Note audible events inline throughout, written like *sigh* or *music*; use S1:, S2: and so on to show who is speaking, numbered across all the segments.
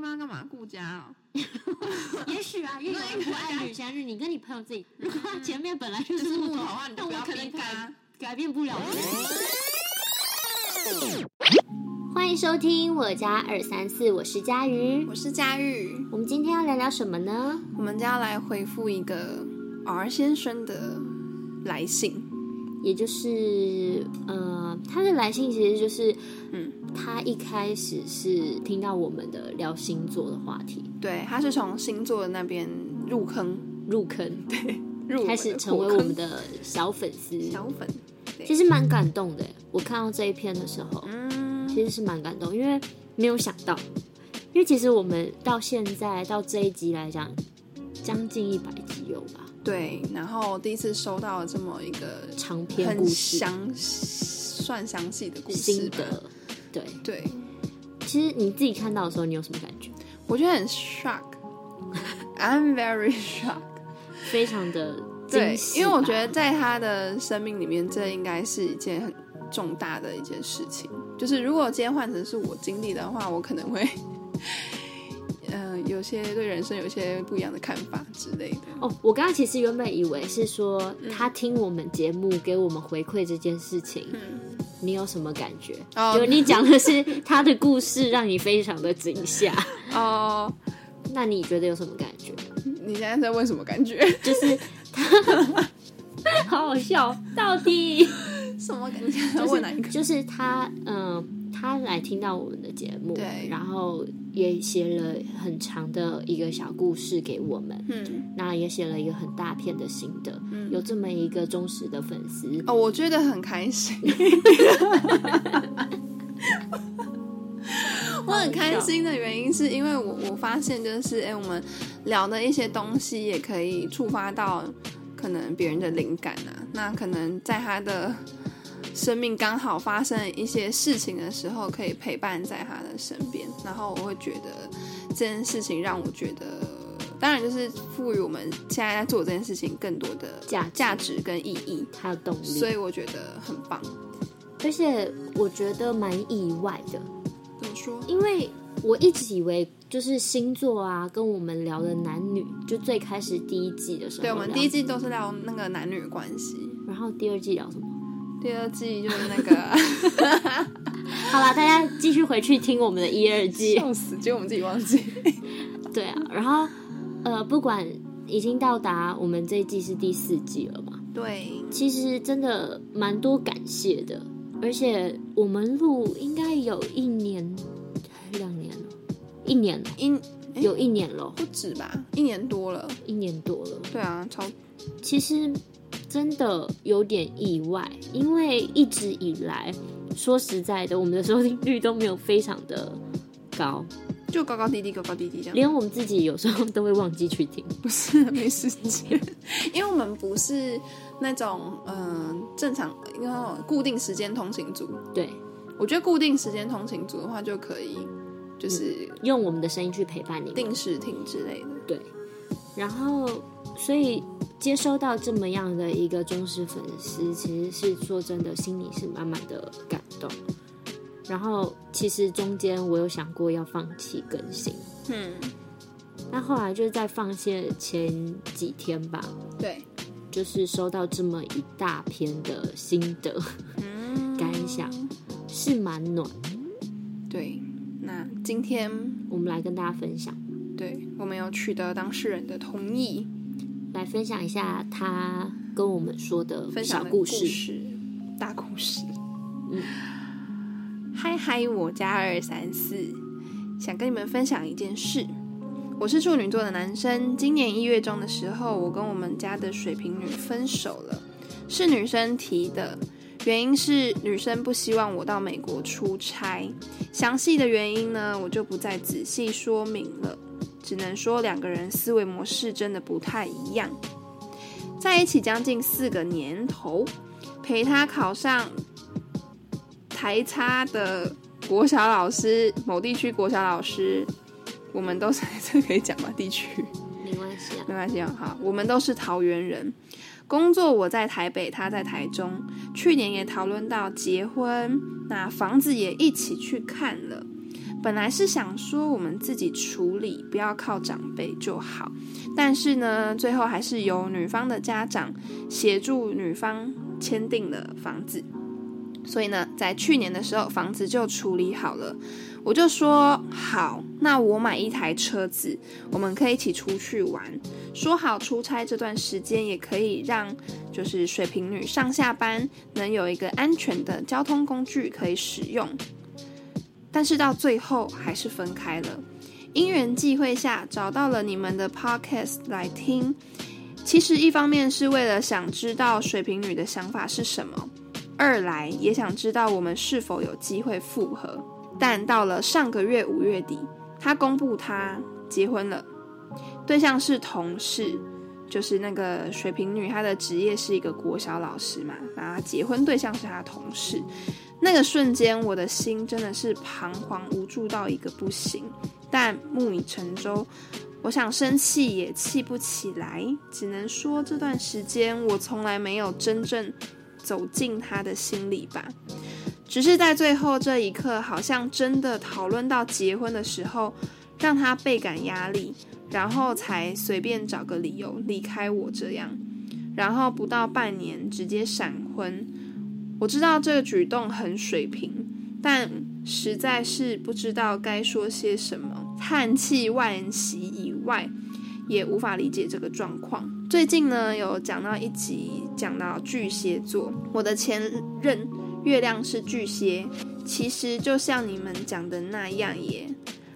S1: 方干嘛？顾家哦。
S2: 也许啊，也有人不爱女侠日，你跟你朋友自己，如果他前面本来就
S1: 就是是
S2: 木
S1: 木头
S2: 头
S1: 的，话，你就
S2: 那
S1: 不
S2: 我
S1: 要啊
S2: 可能
S1: 逼
S2: 改
S1: 他。
S2: 改变不了。欢迎收听我家二三四，我是佳瑜。
S3: 我是佳玉，
S2: 我们今天要聊聊什么呢？
S3: 我们就要来回复一个 R 先生的来信。
S2: 也就是，呃，他的来信其实就是，
S3: 嗯，
S2: 他一开始是听到我们的聊星座的话题，
S3: 对，他是从星座那边入坑，
S2: 入坑，
S3: 入我
S2: 开
S3: 们
S2: 始
S3: 的
S2: 成
S3: 火
S2: 为我
S3: 坑
S2: 们的小粉丝，
S3: 小粉。
S2: 其实蛮感动的。欸我看到这一篇的时候，
S3: 嗯，
S2: 其实是蛮感动，因为没有想到，因为其实我们到现在到这一集来讲，将近一百集有吧，
S3: 对。然后第一次收到了这么一个
S2: 长篇故
S3: 很
S2: 事
S3: 详算详细的故事
S2: 心
S3: 吧。
S2: 得。对，
S3: 对，
S2: 其实你自己看到的时候，你有什么感觉？
S3: 我觉得很 shock。I'm very shocked。
S2: 非常的惊
S3: 对，
S2: 喜吧，
S3: 因为我觉得在他的生命里面，这应该是一件很重大的一件事情。就是如果今天换成是我经历的话，我可能会， *laughs* 呃，有些对人生有些不一样的看法之类的。
S2: 哦，我刚刚其实原本以为是说
S3: 嗯
S2: 他听我们节目给我们回馈这件事情，
S3: 嗯，
S2: 你有什么感觉？
S3: 哦
S2: 就你讲的是他的故事，让你非常的惊吓。
S3: 哦、
S2: 那你觉得有什么感
S3: *laughs*
S2: 觉？
S3: 你现在在问什么 *laughs* 感觉？
S2: 就是他， *laughs* 好好笑，到底
S3: 什么感觉？ *laughs*
S2: 就是
S3: 问哪一个？
S2: 就是他，嗯、他来听到我们的节目，
S3: 对
S2: 然后也写了很长的一个小故事给我们，
S3: 嗯，
S2: 那也写了一个很大片的心得，有这么一个忠实的粉丝，
S3: 哦，我觉得很开心，哦我很开心的原因是因为我我发现就是哎、我们聊的一些东西也可以触发到可能别人的灵感啊，那可能在他的生命刚好发生一些事情的时候，可以陪伴在他的身边，然后我会觉得这件事情让我觉得。当然，就是赋予我们现在在做这件事情更多的
S2: 价值
S3: 价值跟意义。
S2: 他的动
S3: 所
S2: 力，
S3: 以我觉得很棒。
S2: 而且我觉得蛮意外的，
S3: 怎么说？
S2: 因为我一直以为就是星座啊，跟我们聊的男女，就最开始第一季的时候，
S3: 对，我们第一，季都是聊那个男女关系，
S2: 然后第二季聊什么？
S3: 第二季就是那个
S2: 好啦，大家继续回去听我们的一二季，
S3: *laughs* 笑死，结果我们自己忘记。
S2: 对啊，然后呃，不管已经到达我们这一季是第四季了嘛，
S3: 对，
S2: 其实真的蛮多感谢的，而且我们录应该有一年、两年了，一年了，
S3: 一诶
S2: 有一年了，
S3: 不止吧，一年多了。
S2: 一年多了。
S3: 对啊，超
S2: 其实真的有点意外，因为一直以来，说实在的，我们的收听率都没有非常的高，
S3: 就高高低低，高高低低这样。
S2: 连我们自己有时候都会忘记去听。
S3: 不是没时 *laughs* 间，因为我们不是那种嗯、呃正常，因为固定时间通勤族。
S2: 对，
S3: 我觉得固定时间通勤族的话，就可以就是
S2: 用我们的声音去陪伴你们。
S3: 定时听之类的。
S2: 对，然后所以接收到这么样的一个忠实粉丝，其实是说真的，心里是满满的感动。然后其实中间我有想过要放弃更新，
S3: 嗯，
S2: 那后来就是在放弃的前几天吧，
S3: 对，
S2: 就是收到这么一大篇的心得
S3: 嗯，
S2: 感想，是蛮暖的。
S3: 对，那今天
S2: 我们来跟大家分享，
S3: 对我们有取得当事人的同意，
S2: 来分享一下他跟我们说的
S3: 分享
S2: 小
S3: 的
S2: 故
S3: 事，
S2: 事。嗯
S3: 大故事。嗨嗨，我家二三四，想跟你们分享一件事。我是处女座的男生，今年一月中的时候，我跟我们家的水瓶女分手了，是女生提的，原因是女生不希望我到美国出差。详细的原因呢，我就不再仔细说明了，只能说两个人思维模式真的不太一样。在一起将近四个年头，陪他考上台差的国小老师，某地区国小老师，我们都是这可以讲吗？地区
S2: 没关系啊，
S3: 没关系啊，好，我们都是桃园人。工作我在台北，他在台中。去年也讨论到结婚，那房子也一起去看了。本来是想说我们自己处理，不要靠长辈就好，但是呢，最后还是由女方的家长协助女方签订了房子。所以呢，在去年的时候，房子就处理好了。我就说好，那我买一台车子，我们可以一起出去玩。说好出差这段时间，也可以让就是水瓶女上下班能有一个安全的交通工具可以使用。但是到最后还是分开了，因缘际会下找到了你们的 podcast 来听。其实一方面是为了想知道水瓶女的想法是什么。二来也想知道我们是否有机会复合，但到了上个月五月底，他公布他结婚了，对象是同事，就是那个水瓶女，她的职业是一个国小老师嘛，然后她结婚对象是她同事，那个瞬间我的心真的是彷徨无助到一个不行，但木已成舟。我想生气也气不起来，只能说这段时间我从来没有真正走进他的心里吧。只是在最后这一刻，好像真的讨论到结婚的时候，让他倍感压力，然后才随便找个理由离开我这样，然后不到半年直接闪婚。我知道这个举动很水平，但实在是不知道该说些什么，叹气惋惜以外，也无法理解这个状况。最近呢，有讲到一集讲到巨蟹座，我的前任月亮是巨蟹，其实就像你们讲的那样耶，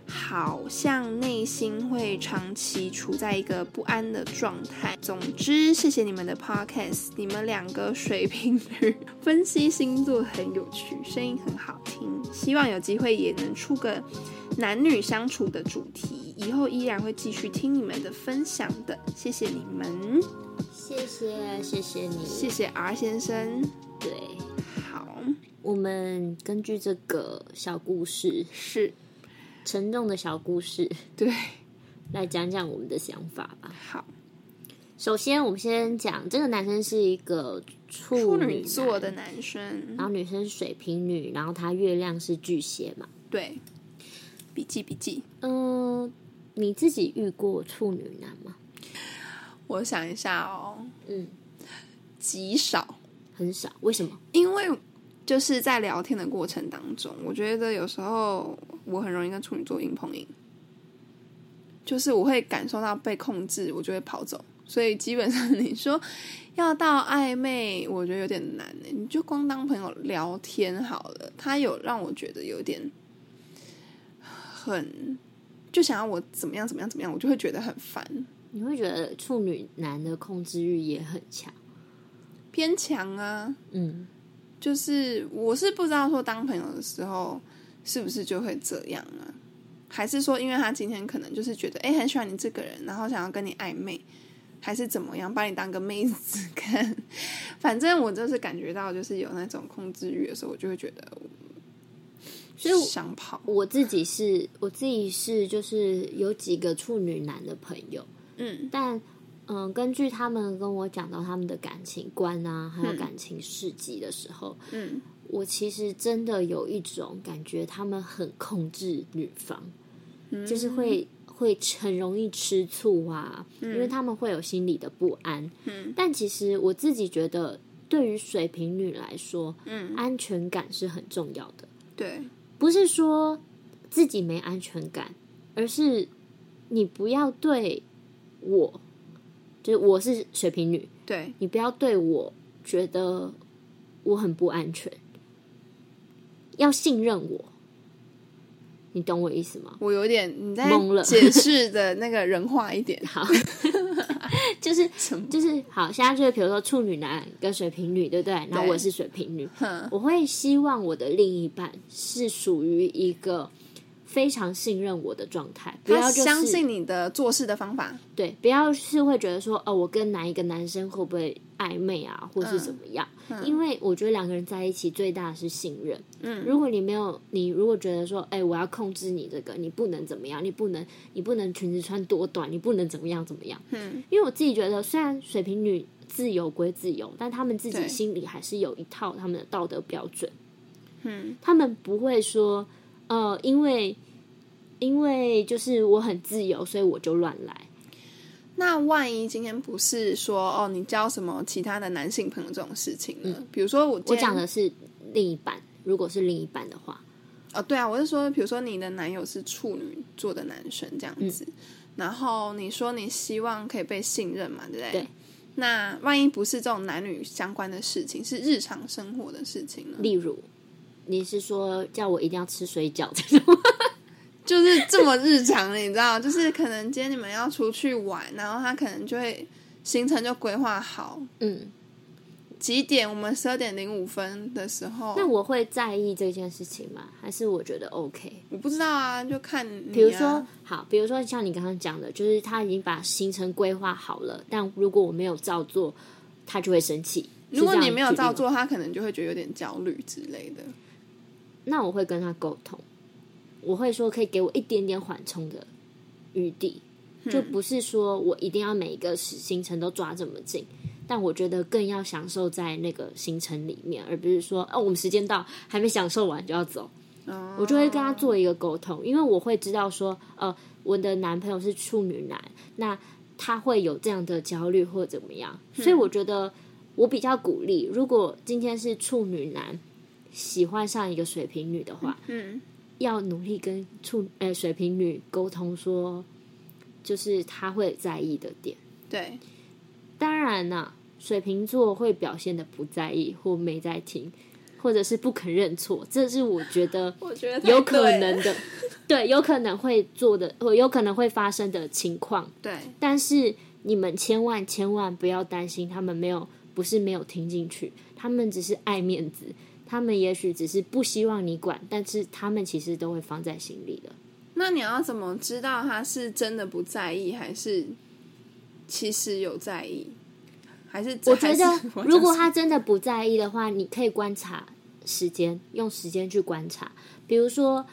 S3: 好像内心会长期处在一个不安的状态。总之，谢谢你们的 podcast，你们两个水瓶女分析星座很有趣，声音很好听，希望有机会也能出个男女相处的主题，以后依然会继续听你们的分享的，谢谢你们，
S2: 谢谢谢谢你，
S3: 谢谢 R 先生。
S2: 对
S3: 好，
S2: 我们根据这个小故事，
S3: 是，
S2: 沉重的小故事，
S3: 对，
S2: 来讲讲我们的想法吧。
S3: 好，
S2: 首先，我们先讲这个男生是一个处
S3: 处
S2: 女
S3: 女座
S2: 男，
S3: 的男生，
S2: 然后女生是水瓶女，然后她月亮是巨蟹嘛。
S3: 对，笔记笔记，
S2: 嗯，你自己遇过处女男吗？
S3: 我想一下哦，
S2: 嗯，
S3: 极少，
S2: 很少，为什么？
S3: 因为就是在聊天的过程当中，我觉得有时候我很容易跟处女座硬碰硬，就是我会感受到被控制，我就会跑走。所以基本上你说要到暧昧，我觉得有点难呢。你就光当朋友聊天好了，他有让我觉得有点很就想要我怎么样怎么样怎么样，我就会觉得很烦，
S2: 你会觉得处女男的控制欲也很强？
S3: 偏强啊。
S2: 嗯，
S3: 就是我是不知道说当朋友的时候是不是就会这样啊？还是说因为他今天可能就是觉得哎、诶很喜欢你这个人，然后想要跟你暧昧，还是怎么样，把你当个妹子看？反正我就是感觉到就是有那种控制欲的时候，我就会觉得
S2: 所以我
S3: 想跑。
S2: 我自己是，我自己是，就是有几个处女男的朋友，
S3: 嗯
S2: 但嗯，根据他们跟我讲到他们的感情观啊，还有
S3: 嗯
S2: 感情事迹的时候，
S3: 嗯，
S2: 我其实真的有一种感觉，他们很控制女方，
S3: 嗯
S2: 就是会会很容易吃醋啊，因为他们会有心理的不安。
S3: 嗯，
S2: 但其实我自己觉得，对于水瓶女来说，
S3: 嗯，
S2: 安全感是很重要的，
S3: 对，
S2: 不是说自己没安全感，而是你不要对我，就是我是水瓶女，
S3: 对，
S2: 你不要对我觉得我很不安全，要信任我，你懂我意思
S3: *laughs*
S2: 吗？
S3: 我有点你在
S2: 懵了
S3: 解释的那个人话一点，
S2: 好，就是
S3: 什么
S2: 就是好，现在就是比如说处女男跟水瓶女，对不对？然后
S3: 对
S2: 我是水瓶女，
S3: 哼
S2: 我会希望我的另一半是属于一个非常信任我的状态， *laughs* 不要
S3: 他
S2: 就是
S3: 相信你的做事的方法，
S2: 对，不要是会觉得说，哦，我跟哪一个男生会不会暧昧啊，或是怎么样？
S3: 嗯
S2: 因为我觉得两个人在一起最大的是信任。嗯，如果你没有，你如果觉得说，哎、我要控制你这个，你不能怎么样，你不能，你不能裙子穿多短，你不能怎么样怎么样。
S3: 嗯，
S2: 因为我自己觉得，虽然水瓶女自由归自由，但他们自己
S3: 对
S2: 心里还是有一套他们的道德标准。
S3: 嗯
S2: 他们不会说，呃，因为因为就是我很自由，所以我就乱来。
S3: 那万一今天不是说哦，你交什么其他的男性朋友这种事情呢？比如说我
S2: 嗯我
S3: 我
S2: 讲的是另一半，如果是另一半的话，
S3: 哦，对啊，我是说，比如说你的男友是处女座的男生这
S2: 嗯
S3: 样子，然后你说你希望可以被信任嘛，对不对？
S2: 对
S3: 那万一不是这种男女相关的事情，是日常生活的事情呢？
S2: 例如你是说叫我一定要吃水饺这种，
S3: 就是这么日常的，你知道？就是可能今天你们要出去玩，然后他可能就会行程就规划好
S2: 嗯，
S3: 几点，我们十二点零五分的时候，
S2: *laughs* 那我会在意这件事情吗？还是我觉得 OK？
S3: 我不知道啊，就看你、啊。
S2: 比如说，好，比如说像你刚刚讲的，就是他已经把行程规划好了，但如果我没有照做，他就会生气。
S3: 如果
S2: 是这
S3: 你
S2: 样
S3: 没有
S2: 举例吗
S3: 照，做，他可能就会觉得有点焦虑之类的。
S2: 那我会跟他沟通，我会说可以给我一点点缓冲的余地，就不是说我一定要每一个行程都抓这么紧。但我觉得更要享受在那个行程里面，而不是说哦，我们时间到还没享受完就要走。我就会跟他做一个沟通，因为我会知道说，呃，我的男朋友是处女男，那他会有这样的焦虑或怎么样，所以我觉得我比较鼓励，如果今天是处女男喜欢上一个水瓶女的话，
S3: 嗯，
S2: 要努力跟处呃水瓶女沟通说，就是他会在意的点。
S3: 对，
S2: 当然啦、水瓶座会表现的不在意或没在听，或者是不肯认错，这是我觉得。
S3: 我觉得太
S2: 有可
S3: *laughs* 对了
S2: 能的，对，有可能会做的，或有可能会发生的情况。
S3: 对，
S2: 但是你们千万千万不要担心，他们没有不是没有听进去，他们只是爱面子，他们也许只是不希望你管，但是他们其实都会放在心里的。
S3: 那你要怎么知道他是真的不在意，还是其实有在意？还是
S2: 我觉
S3: 还是
S2: 得，
S3: *laughs* 我
S2: 如果
S3: 讲
S2: 他真的不在意的话，你可以观察时间，用时间去观察。比如说，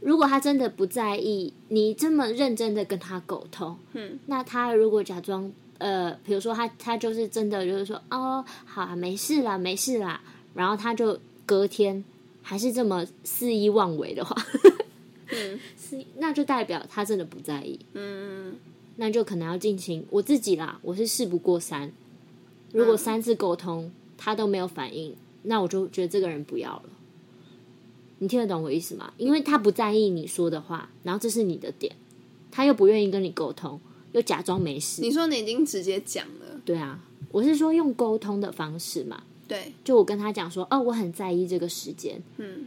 S2: 如果他真的不在意，你这么认真的跟他沟通，嗯，那他如果假装呃，比如说他他就是真的就是说哦，好啊，没事啦，没事啦，然后他就隔天还是这么肆意妄为的话，
S3: 嗯
S2: 是那就代表他真的不在意。
S3: 嗯，
S2: 那就可能要进行我自己啦，我是事不过三。如果三次沟通他都没有反应，那我就觉得这个人不要了。你听得懂我意思吗？因为他不在意你说的话，然后这是你的点，他又不愿意跟你沟通，又假装没事。
S3: 你说你已经直接讲了，
S2: 对啊，我是说用沟通的方式嘛，
S3: 对，
S2: 就我跟他讲说，哦，我很在意这个时间，
S3: 嗯，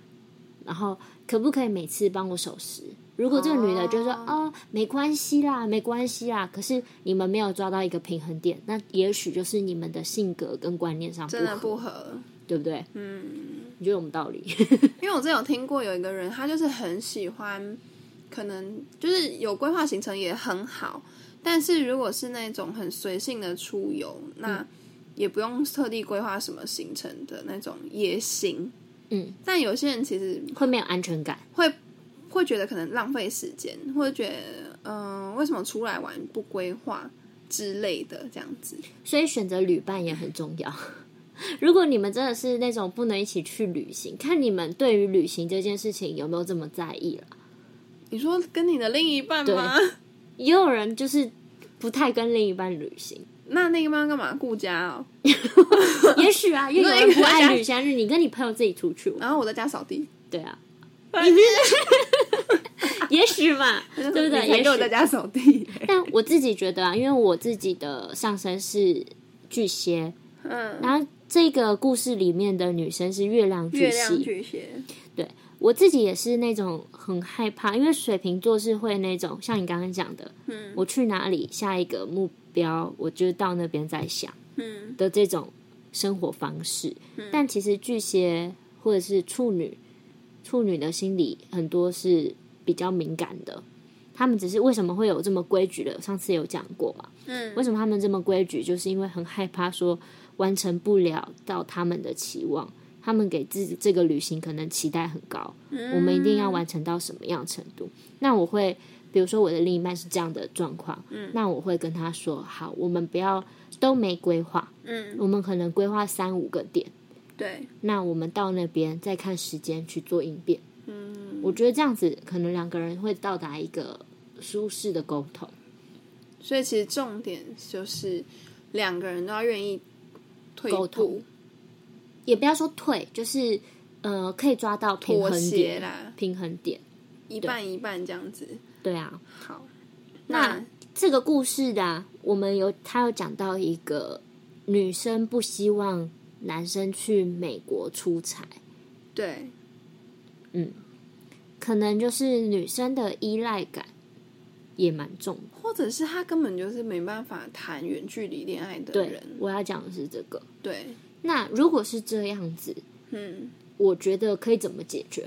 S2: 然后可不可以每次帮我守时？如果这个女的就说
S3: 哦
S2: 哦没关系啦，没关系啦，可是你们没有抓到一个平衡点，那也许就是你们的性格跟观念上不
S3: 真的
S2: 合，
S3: 不合。
S2: 对不对？嗯，你觉得有没有道理？ *laughs*
S3: 因为我之前有听过有一个人，他就是很喜欢，可能就是有规划行程也很好，但是如果是那种很随性的出游，那
S2: 嗯
S3: 也不用特地规划什么行程的那种也行。
S2: 嗯，
S3: 但有些人其实
S2: 会没有安全感？
S3: 会会觉得可能浪费时间，或者觉得嗯、呃为什么出来玩不规划之类的这样子。
S2: 所以选择旅伴也很重要。 *laughs* 如果你们真的是那种不能一起去旅行，看你们对于旅行这件事情有没有这么在意了。
S3: 你说跟你的另一半吗？ *laughs*
S2: 也有人就是不太跟另一半旅
S3: *laughs*
S2: 行，
S3: 那另一半干嘛顾家哦？
S2: 也许啊，因为有人不爱旅行，但是你跟你朋友自己出去玩，
S3: 然后我在家扫地，*laughs*
S2: 对啊， *laughs* 也许嘛，对不对？
S3: 你才
S2: 也
S3: 给我在
S2: 许，
S3: 家扫地。
S2: 但我自己觉得啊，因为我自己的上身是巨蟹，
S3: 嗯，
S2: 然后这个故事里面的女生是月亮巨
S3: 月亮
S2: 蟹，
S3: 巨蟹，
S2: 我自己也是那种很害怕，因为水瓶座是会那种像你刚刚讲的，
S3: 嗯
S2: 我去哪里，下一个目标，我就到那边再想。
S3: 嗯
S2: 的这种生活方式。但其实巨蟹或者是处女，处女的心理很多是比较敏感的。他们只是为什么会有这么规矩的？上次有讲过嘛？
S3: 嗯
S2: 为什么他们这么规矩？就是因为很害怕说完成不了到他们的期望。他们给自己这个旅行可能期待很高，我们一定要完成到什么样程度？那我会，比如说我的另一半是这样的状况，
S3: 嗯
S2: 那我会跟他说，好，我们不要都没规划，
S3: 嗯，
S2: 我们可能规划三五个点，
S3: 对，
S2: 那我们到那边再看时间去做应变。嗯，我觉得这样子可能两个人会到达一个舒适的沟通。
S3: 所以其实重点就是两个人都要愿意退
S2: 沟
S3: 步
S2: 通、也不要说退，就是呃，可以抓到平
S3: 妥
S2: 衡
S3: 协
S2: 点，
S3: 啦，
S2: 平衡点。
S3: 一半一半这样子。
S2: 对啊，
S3: 好，
S2: 那
S3: 嗯
S2: 这个故事的啊、我们有他有讲到一个女生不希望男生去美国出差，
S3: 对，
S2: 可能就是女生的依赖感也蛮重的。
S3: 或者是他根本就是没办法谈远距离恋爱的
S2: 对
S3: 人，，
S2: 我要讲的是这个。
S3: 对，
S2: 那如果是这样子，
S3: 嗯，
S2: 我觉得可以怎么解决？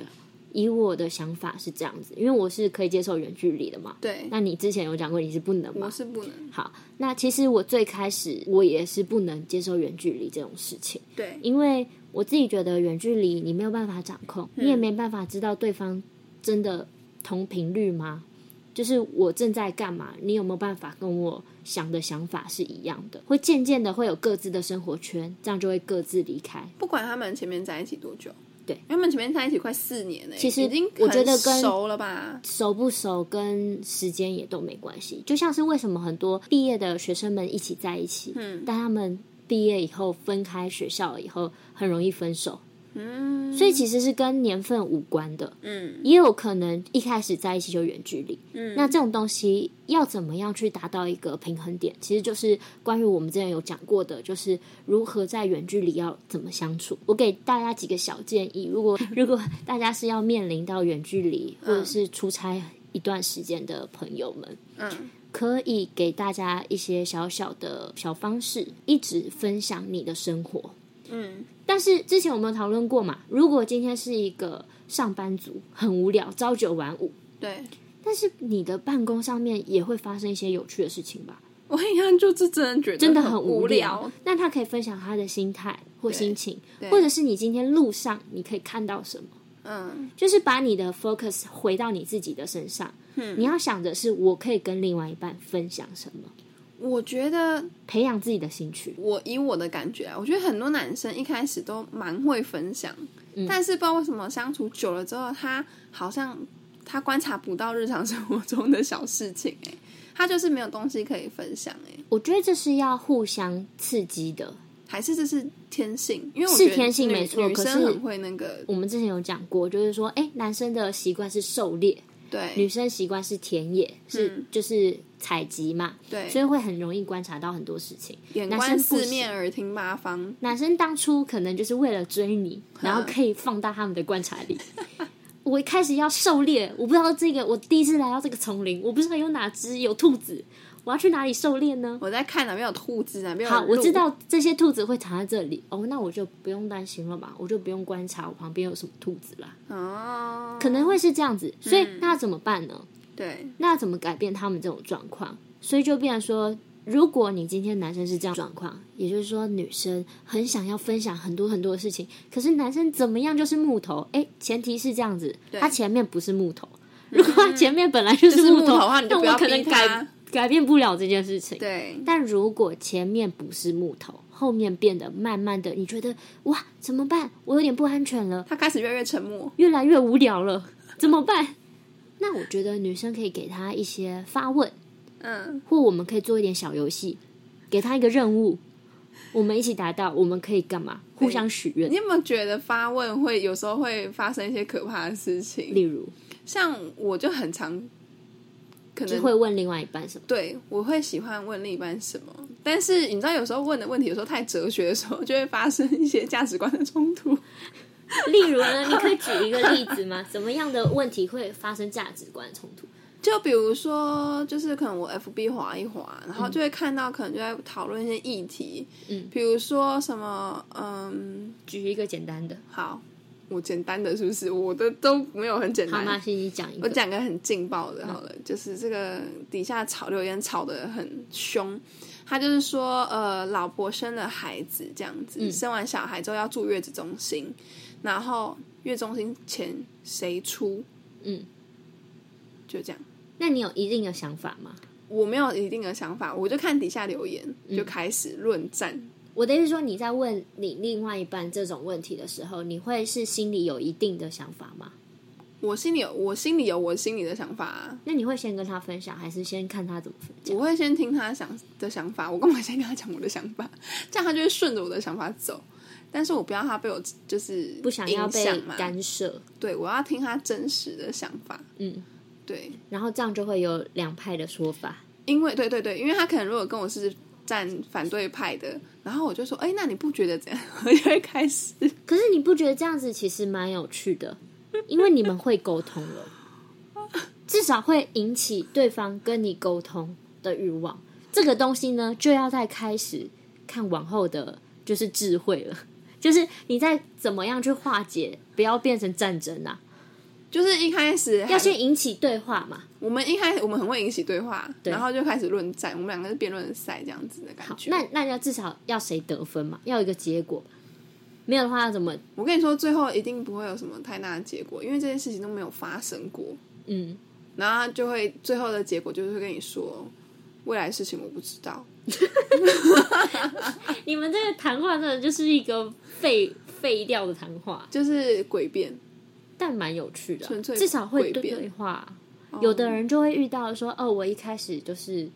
S2: 以我的想法是这样子，因为我是可以接受远距离的嘛。
S3: 对，
S2: 那你之前有讲过你是不能
S3: 我
S2: 嘛？
S3: 是不能，
S2: 好，那其实我最开始我也是不能接受远距离这种事情，
S3: 对，
S2: 因为我自己觉得远距离你没有办法掌控，你也没办法知道对方真的同频率吗？就是我正在干嘛，你有没有办法跟我想的想法是一样的？会渐渐的会有各自的生活圈，这样就会各自离开。
S3: 不管他们前面在一起多久，
S2: 对
S3: 因为他们前面在一起快四年了、欸
S2: 其实
S3: 已经
S2: 我觉得
S3: 很
S2: 跟
S3: 熟了吧，
S2: 熟不熟跟时间也都没关系，就像是为什么很多毕业的学生们一起在一起，嗯，但他们毕业以后分开学校以后，很容易分手，
S3: 嗯，
S2: 所以其实是跟年份无关的，
S3: 嗯，
S2: 也有可能一开始在一起就远距离，嗯，那这种东西要怎么样去达到一个平衡点，其实就是关于我们之前有讲过的，就是如何在远距离要怎么相处。我给大家几个小建议，如果如果大家是要面临到远距离或者是出差一段时间的朋友们，
S3: 嗯，
S2: 可以给大家一些小小的小方式，一直分享你的生活。
S3: 嗯，
S2: 但是之前我们有讨论过嘛，如果今天是一个上班族，很无聊，朝九晚五，
S3: 对，
S2: 但是你的办公上面也会发生一些有趣的事情吧？
S3: 我一样就是真的觉得
S2: 真的
S3: 很
S2: 很无
S3: 聊，。
S2: 那他可以分享他的心态或心情，
S3: 对
S2: 或者是你今天路上你可以看到什么，
S3: 嗯，
S2: 就是把你的 focus 回到你自己的身上。
S3: 嗯
S2: 你要想着是我可以跟另外一半分享什么，
S3: 我觉得
S2: 培养自己的兴趣。
S3: 我以我的感觉啊，我觉得很多男生一开始都蛮会分享，
S2: 嗯
S3: 但是不知道为什么相处久了之后，他好像他观察不到日常生活中的小事情、欸，他就是没有东西可以分享、欸，
S2: 我觉得这是要互相刺激的。
S3: 还是这是天性？因为我觉得
S2: 是天性
S3: 女
S2: 没错
S3: 女
S2: 可
S3: 生
S2: 是
S3: 很会那个，
S2: 我们之前有讲过，就是说，哎，男生的习惯是狩猎，
S3: 对
S2: 女生习惯是田野，是、
S3: 嗯
S2: 就是采集嘛，所
S3: 对，
S2: 以会很容易观察到很多事情。
S3: 眼
S2: 男
S3: 观
S2: 生不
S3: 四
S2: 行
S3: 面，耳听八方，
S2: 男生当初可能就是为了追你，然后可以放大他们的观察力。 *laughs* 我一开始要狩猎，我不知道这个，我第一次来到这个丛林，我不知道有哪只有兔子，我要去哪里狩猎呢？
S3: 我在看哪边有兔子，哪边有
S2: 好，我
S3: 鹿
S2: 知，道这些兔子会藏在这里，哦，那我就不用担心了嘛，我就不用观察我旁边有什么兔子啦，
S3: 哦，嗯
S2: 可能会是这样子。所以那怎么办呢？
S3: 对，
S2: 那怎么改变他们这种状况？所以就变成说，如果你今天男生是这样状况，也就是说女生很想要分享很多很多的事情，可是男生怎么样就是木头？哎，前提是这样子，他前面不是木头。如果他前面本来就
S3: 嗯
S2: 是
S3: 就是木
S2: 木头
S3: 头的话你就
S2: 那
S3: 不要
S2: 我可
S3: 逼
S2: 能
S3: 他
S2: 改改变不了这件事情。
S3: 对，
S2: 但如果前面不是木头，后面变得慢慢的，你觉得哇怎么办？我有点不安全了，
S3: 他开始越来越沉默，
S2: 越来越无聊了，怎么办？那我觉得女生可以给他一些发问，
S3: 嗯，
S2: 或我们可以做一点小游戏，给他一个任务，我们一起达到，我们可以干嘛？互相许愿
S3: 你，有没有觉得发问会有时候会发生一些可怕的事情？
S2: 例如
S3: 像我就很常，可
S2: 就
S3: 能
S2: 会问另外一半什么。 *laughs*
S3: 对我会喜欢问另一半什么，但是你知道有时候问的问题有时候太哲学的时候，就会发生一些价值观的冲突。
S2: 例如呢，你可以举一个例子吗？怎么样的问题会发生价值观冲突？
S3: 就比如说，就是可能我 FB 滑一滑，然后就会看到可能就在讨论一些议题，
S2: 嗯，
S3: 比如说什么，嗯，
S2: 举一个简单的，
S3: 好，我简单的是不是？我的都没有很简
S2: 好
S3: 单，
S2: 吗？先你讲一
S3: 我
S2: 个。
S3: 讲个很劲爆的，好了，就是这个底下吵留言吵得很凶。他就是说，呃，老婆生了孩子这样子，生完小孩之后要住月子中心，然后月中心钱谁出？
S2: 嗯，
S3: 就这样。
S2: 那你有一定的想法吗？
S3: 我没有一定的想法，我就看底下留言，就开始论战。
S2: 我的意思说，你在问你另外一半这种问题的时候，你会是心里有一定的想法吗？
S3: 我心里有，我心里有我心里的想法、啊。
S2: 那你会先跟他分享，还是先看他怎么分享？
S3: 我会先听他想的想法，我干嘛先跟他讲我的想法？这样他就会顺着我的想法走。但是我不要他被我就是
S2: 不想要
S3: 影
S2: 被
S3: 响嘛，
S2: 干涉，
S3: 对我要听他真实的想法。
S2: 嗯，
S3: 对，
S2: 然后这样就会有两派的说法。
S3: 因为对对对，因为他可能如果跟我是站反对派的，然后我就说，哎，那你不觉得怎样？ *laughs* 我就会开始，
S2: 可是你不觉得这样子其实蛮有趣的？因为你们会沟通了，至少会引起对方跟你沟通的欲望。这个东西呢，就要在开始看往后的就是智慧了， *laughs* 就是你在怎么样去化解，不要变成战争啊，
S3: 就是一开始还
S2: 要先引起对话嘛。
S3: 我们一开始我们很会引起对话，
S2: 对
S3: 然后就开始论战，我们两个是辩论赛这样子的感
S2: 好，
S3: 觉。
S2: 那那要至少要谁得分嘛，要有一个结果吧。没有的话要怎么？
S3: 我跟你说，最后一定不会有什么太大的结果，因为这件事情都没有发生过。
S2: 嗯，
S3: 然后他就会最后的结果就是会跟你说，未来的事情我不知道。
S2: 你们这个谈话真的就是一个废废掉的谈话。
S3: 就是诡辩，
S2: 但蛮有趣的啊、
S3: 纯粹
S2: 至少会
S3: 诡
S2: 对
S3: 辩哦
S2: 对话。啊有的人就会遇到说，哦，我一开始就是，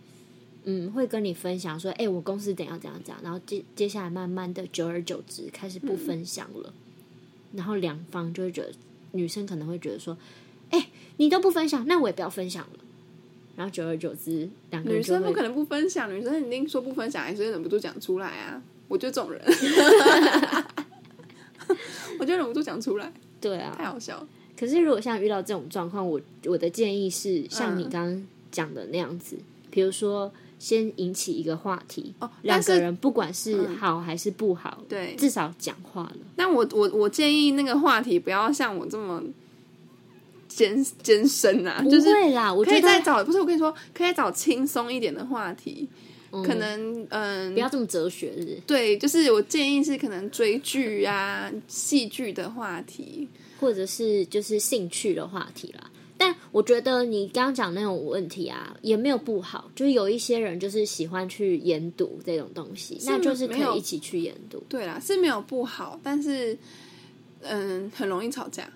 S2: 嗯，会跟你分享说，哎、我公司怎样怎样怎样，然后接接下来慢慢的，久而久之开始
S3: 嗯
S2: 不分享了，然后两方就会觉得，女生可能会觉得说，哎、你都不分享，那我也不要分享了，然后久而久之，两个
S3: 女
S2: 人就
S3: 生不
S2: 会
S3: 可能不分享，女生一定说不分享，还是忍不住讲出来啊！我就这
S2: *laughs*
S3: 种人，我就忍不住讲出来，
S2: 对
S3: 太
S2: 啊。
S3: 好笑了。
S2: 可是如果像遇到这种状况，我我的建议是像你
S3: 嗯
S2: 刚刚讲的那样子，比如说先引起一个话题，
S3: 哦，但
S2: 两个
S3: 是嗯
S2: 人不管是好还是不好，
S3: 对
S2: 至少讲话了。
S3: 但我我我建议那个话题不要像我这么艰艰深啊，就是
S2: 不会啦，我
S3: 可
S2: 觉
S3: 以
S2: 得
S3: 再找，不是我跟你说，可以再找轻松一点的话题，可能嗯
S2: 不，要这么哲学，是不是
S3: 对，就是我建议是可能追剧啊、戏剧的话题，
S2: 或者是就是兴趣的话题啦。但我觉得你刚刚讲那种问题啊，也没有不好，就是有一些人就是喜欢去研读这种东西，那就是可
S3: 没有
S2: 以一起去研读。
S3: 对啦，是没有不好，但是嗯，很容易吵架，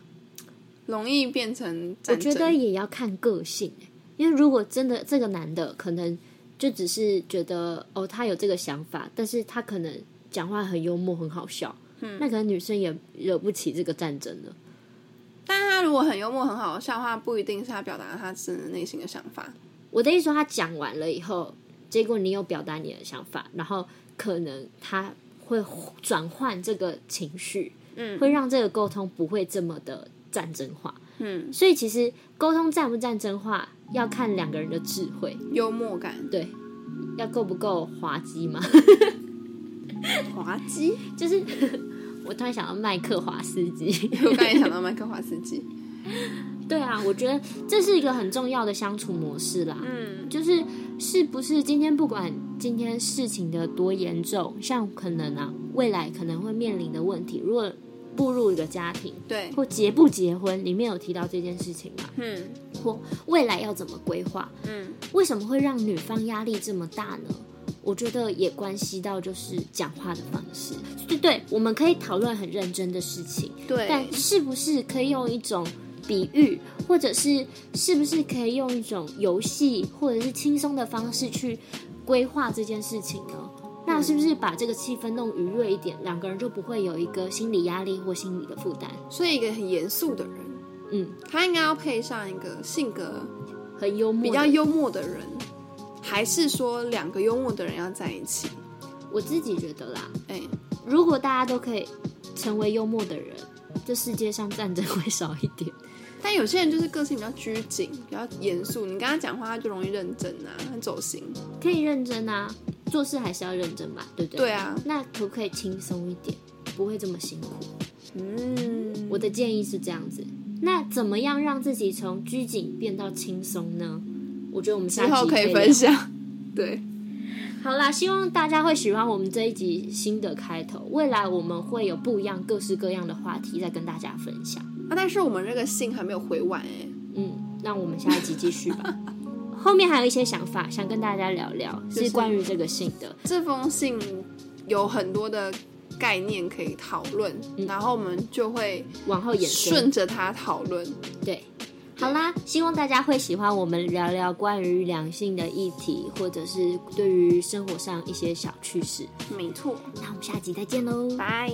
S3: 容易变成
S2: 我
S3: 战
S2: 觉得
S3: 争。
S2: 也要看个性欸、因为如果真的这个男的可能就只是觉得哦，他有这个想法，但是他可能讲话很幽默，很好笑，嗯，那可能女生也惹不起这个战争的。
S3: 但是他如果很幽默、很好笑的话，不一定是他表达他真的内心的想法。
S2: 我的意思说，他讲完了以后，结果你有表达你的想法，然后可能他会转换这个情绪，
S3: 嗯
S2: 会让这个沟通不会这么的战争化。
S3: 嗯，
S2: 所以其实沟通战不战争化，要看两个人的智慧。
S3: 幽默感、
S2: 对，要够不够滑稽嘛？
S3: 滑稽。
S2: *laughs* 就是我突然想到麦克华斯基。
S3: 我刚才也想到麦克华斯
S2: *laughs*
S3: 基，
S2: 对啊，我觉得这是一个很重要的相处模式啦。
S3: 嗯，
S2: 就是是不是今天不管今天事情的多严重，像可能啊未来可能会面临的问题，如果步入一个家庭
S3: 对，
S2: 或结不结婚，里面有提到这件事情嘛，
S3: 嗯
S2: 或未来要怎么规划，
S3: 嗯，
S2: 为什么会让女方压力这么大呢？我觉得也关系到就是讲话的方式，对对，我们可以讨论很认真的事情，
S3: 对
S2: 但，是不是可以用一种比喻，或者是是不是可以用一种游戏或者是轻松的方式去规划这件事情呢？那是不是把这个气氛弄愉悦一点，两个人就不会有一个心理压力或心理的负担？
S3: 所以一个很严肃的人，
S2: 嗯，
S3: 他应该要配上一个性格
S2: 很幽默的。
S3: 比较幽默的人，还是说两个幽默的人要在一起？
S2: 我自己觉得啦，
S3: 哎、
S2: 如果大家都可以成为幽默的人，这世界上战争会少一点。
S3: 但有些人就是个性比较拘谨，比较严肃，你跟他讲话他就容易认真啊，很走心。
S2: 可以认真啊，做事还是要认真吧，对不对？
S3: 对啊，
S2: 那可不可以轻松一点，不会这么辛苦？
S3: 嗯，
S2: 我的建议是这样子。那怎么样让自己从拘谨变到轻松呢？我觉得我们
S3: 之
S2: 下
S3: 后
S2: 集
S3: 可以
S2: 以
S3: 分
S2: 聊。
S3: 享。对，
S2: 好啦，希望大家会喜欢我们这一集新的开头。未来我们会有不一样、各式各样的话题再跟大家分享。
S3: 啊，但是我们这个信还没有回完哎、
S2: 嗯，那我们下一集继续
S3: *laughs*
S2: 吧。后面还有一些想法想跟大家聊聊，
S3: 是
S2: 是关于这个信的。
S3: 这封信有很多的概念可以讨论，然后我们就会
S2: 往后延伸。
S3: 顺着它讨论。
S2: 对，好啦，希望大家会喜欢我们聊聊关于两性的议题，或者是对于生活上一些小趣事。
S3: 没错，
S2: 那我们下集再见喽，
S3: 拜。